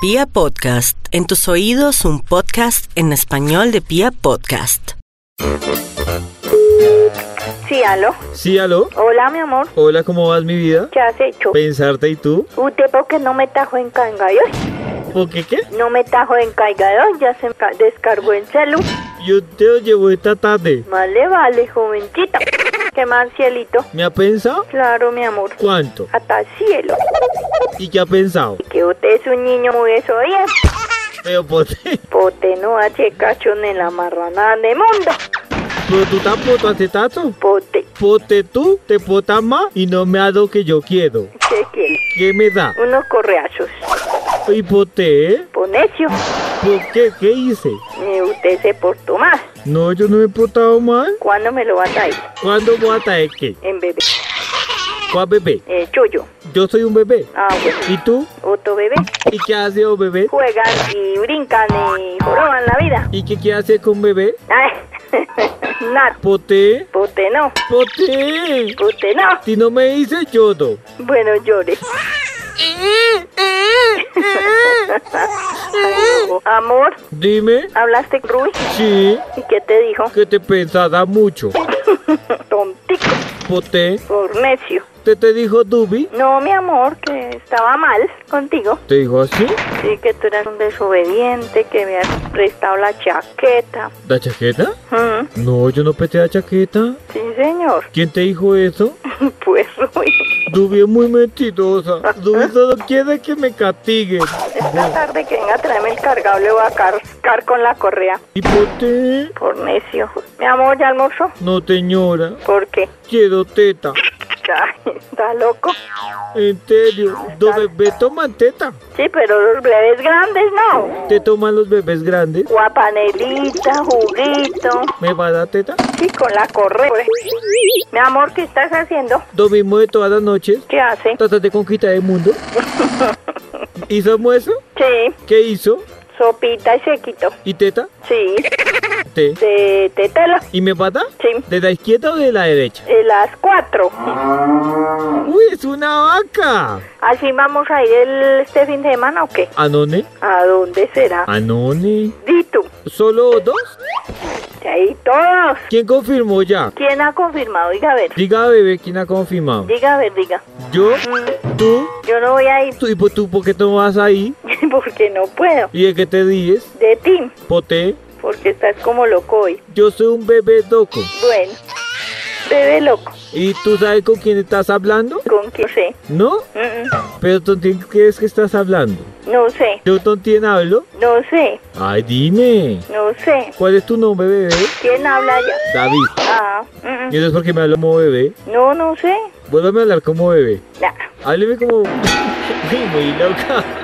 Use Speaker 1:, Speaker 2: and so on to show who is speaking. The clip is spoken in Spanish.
Speaker 1: Pia Podcast, en tus oídos un podcast en español de Pia Podcast.
Speaker 2: Sí, aló.
Speaker 3: Sí, aló.
Speaker 2: Hola, mi amor.
Speaker 3: Hola, ¿cómo vas mi vida?
Speaker 2: ¿Qué has hecho?
Speaker 3: Pensarte y tú.
Speaker 2: Usted porque no me tajo en cargador.
Speaker 3: ¿Por qué qué?
Speaker 2: No me tajo en cargador, ya se ca- descargó en celu.
Speaker 3: Yo te lo llevo esta tarde.
Speaker 2: Más le vale, jovencita. ¿Qué más, cielito?
Speaker 3: ¿Me ha pensado?
Speaker 2: Claro, mi amor.
Speaker 3: ¿Cuánto?
Speaker 2: Hasta cielo.
Speaker 3: ¿Y qué ha pensado?
Speaker 2: Que usted es un niño muy desobediente.
Speaker 3: Pero pues, por qué?
Speaker 2: Pote no hace cacho en la marranada de mundo.
Speaker 3: Pero tú tampoco haces tato.
Speaker 2: Pote,
Speaker 3: Pote tú, te potas más y no me ha dado lo que yo quiero.
Speaker 2: ¿qué quiere?
Speaker 3: ¿Qué me da?
Speaker 2: Unos correazos.
Speaker 3: ¿Y pote?
Speaker 2: Ponecio.
Speaker 3: ¿Por qué? ¿Qué hice?
Speaker 2: Eh, usted se portó más.
Speaker 3: No, yo no me he portado mal.
Speaker 2: ¿Cuándo me lo va a traer?
Speaker 3: ¿Cuándo voy a traer qué?
Speaker 2: En bebé.
Speaker 3: ¿Cuál bebé?
Speaker 2: Eh, Chuyo.
Speaker 3: Yo soy un bebé.
Speaker 2: Ah, bueno.
Speaker 3: ¿Y tú?
Speaker 2: Otro bebé.
Speaker 3: ¿Y qué hace un bebé?
Speaker 2: juegan y brincan y joroban la vida.
Speaker 3: ¿Y qué quieres hacer con bebé?
Speaker 2: Ay, nada,
Speaker 3: ¿Pote?
Speaker 2: usted no,
Speaker 3: ¿Pote?
Speaker 2: usted no.
Speaker 3: Si no me dices, yo no.
Speaker 2: Bueno, llore. Amor,
Speaker 3: Dime,
Speaker 2: ¿hablaste con Rui?
Speaker 3: sí,
Speaker 2: ¿Y qué te dijo?
Speaker 3: que te pensaba mucho.
Speaker 2: Tontico,
Speaker 3: Poté,
Speaker 2: por necio.
Speaker 3: ¿te te dijo Dubi?
Speaker 2: No, mi amor, que estaba mal contigo.
Speaker 3: ¿Te dijo así?
Speaker 2: Sí, que tú eras un desobediente, que me has prestado la chaqueta.
Speaker 3: ¿La chaqueta?
Speaker 2: Mm,
Speaker 3: No, yo no peté la chaqueta.
Speaker 2: Sí, señor.
Speaker 3: ¿Quién te dijo eso?
Speaker 2: Pues Rui,
Speaker 3: Dubi es muy mentirosa. Dubi solo quiere que me castiguen.
Speaker 2: esta tarde que venga a traerme el cargado le voy a cargar con la correa.
Speaker 3: ¿Y Poté?
Speaker 2: Por necio. Mi amor, ¿ya almorzó?
Speaker 3: No, señora.
Speaker 2: ¿Por qué?
Speaker 3: Quiero teta.
Speaker 2: Ay, ¿Está loco?
Speaker 3: En serio, los bebés toman teta.
Speaker 2: Sí, pero los bebés grandes no.
Speaker 3: ¿Te toman los bebés grandes?
Speaker 2: Guapanelita, juguito.
Speaker 3: ¿Me va a dar teta?
Speaker 2: Sí, con la correa. Mi amor, ¿qué estás haciendo?
Speaker 3: Lo mismo de todas las noches.
Speaker 2: ¿Qué hace?
Speaker 3: Tratas de conquistar el mundo. ¿Hizo eso?
Speaker 2: Sí,
Speaker 3: ¿Qué hizo?
Speaker 2: sopita y sequito.
Speaker 3: ¿Y teta?
Speaker 2: Sí,
Speaker 3: Te.
Speaker 2: de tetela.
Speaker 3: ¿Y me pata?
Speaker 2: Sí,
Speaker 3: ¿De la izquierda o de la derecha?
Speaker 2: de las cuatro.
Speaker 3: ¡Uy, es una vaca!
Speaker 2: ¿Así vamos a ir el, este fin de semana o qué?
Speaker 3: ¿Anone?
Speaker 2: ¿A dónde será?
Speaker 3: Ah. ¿Anone?
Speaker 2: Di tú.
Speaker 3: ¿Solo dos?
Speaker 2: Ahí todos.
Speaker 3: ¿Quién confirmó ya?
Speaker 2: ¿Quién ha confirmado? Diga a ver.
Speaker 3: Diga, bebé, ¿quién ha confirmado?
Speaker 2: Diga a ver, diga.
Speaker 3: ¿Yo?
Speaker 2: Mm,
Speaker 3: ¿Tú?
Speaker 2: Yo no voy a ir
Speaker 3: ¿Tú? ¿Y por- tú por qué no vas ahí?
Speaker 2: Porque no puedo.
Speaker 3: ¿Y de qué te dices?
Speaker 2: De ti,
Speaker 3: ¿Poté?
Speaker 2: porque estás como loco hoy.
Speaker 3: Yo soy un bebé loco.
Speaker 2: Bueno, bebé loco,
Speaker 3: ¿Y tú sabes con quién estás hablando?
Speaker 2: ¿con quién sé?
Speaker 3: ¿No?
Speaker 2: Mm, mm,
Speaker 3: ¿Pero con quién crees que estás hablando?
Speaker 2: No sé,
Speaker 3: ¿Yo con quién hablo?
Speaker 2: no sé,
Speaker 3: Ay, dime.
Speaker 2: no sé.
Speaker 3: ¿Cuál es tu nombre, bebé?
Speaker 2: ¿Quién habla ya?
Speaker 3: David.
Speaker 2: Ah, mm,
Speaker 3: ¿Y eso es porque me hablo como bebé?
Speaker 2: mm, no, no sé.
Speaker 3: Vuélvame a hablar como bebé.
Speaker 2: Nah,
Speaker 3: Hábleme como... Uy, muy loca.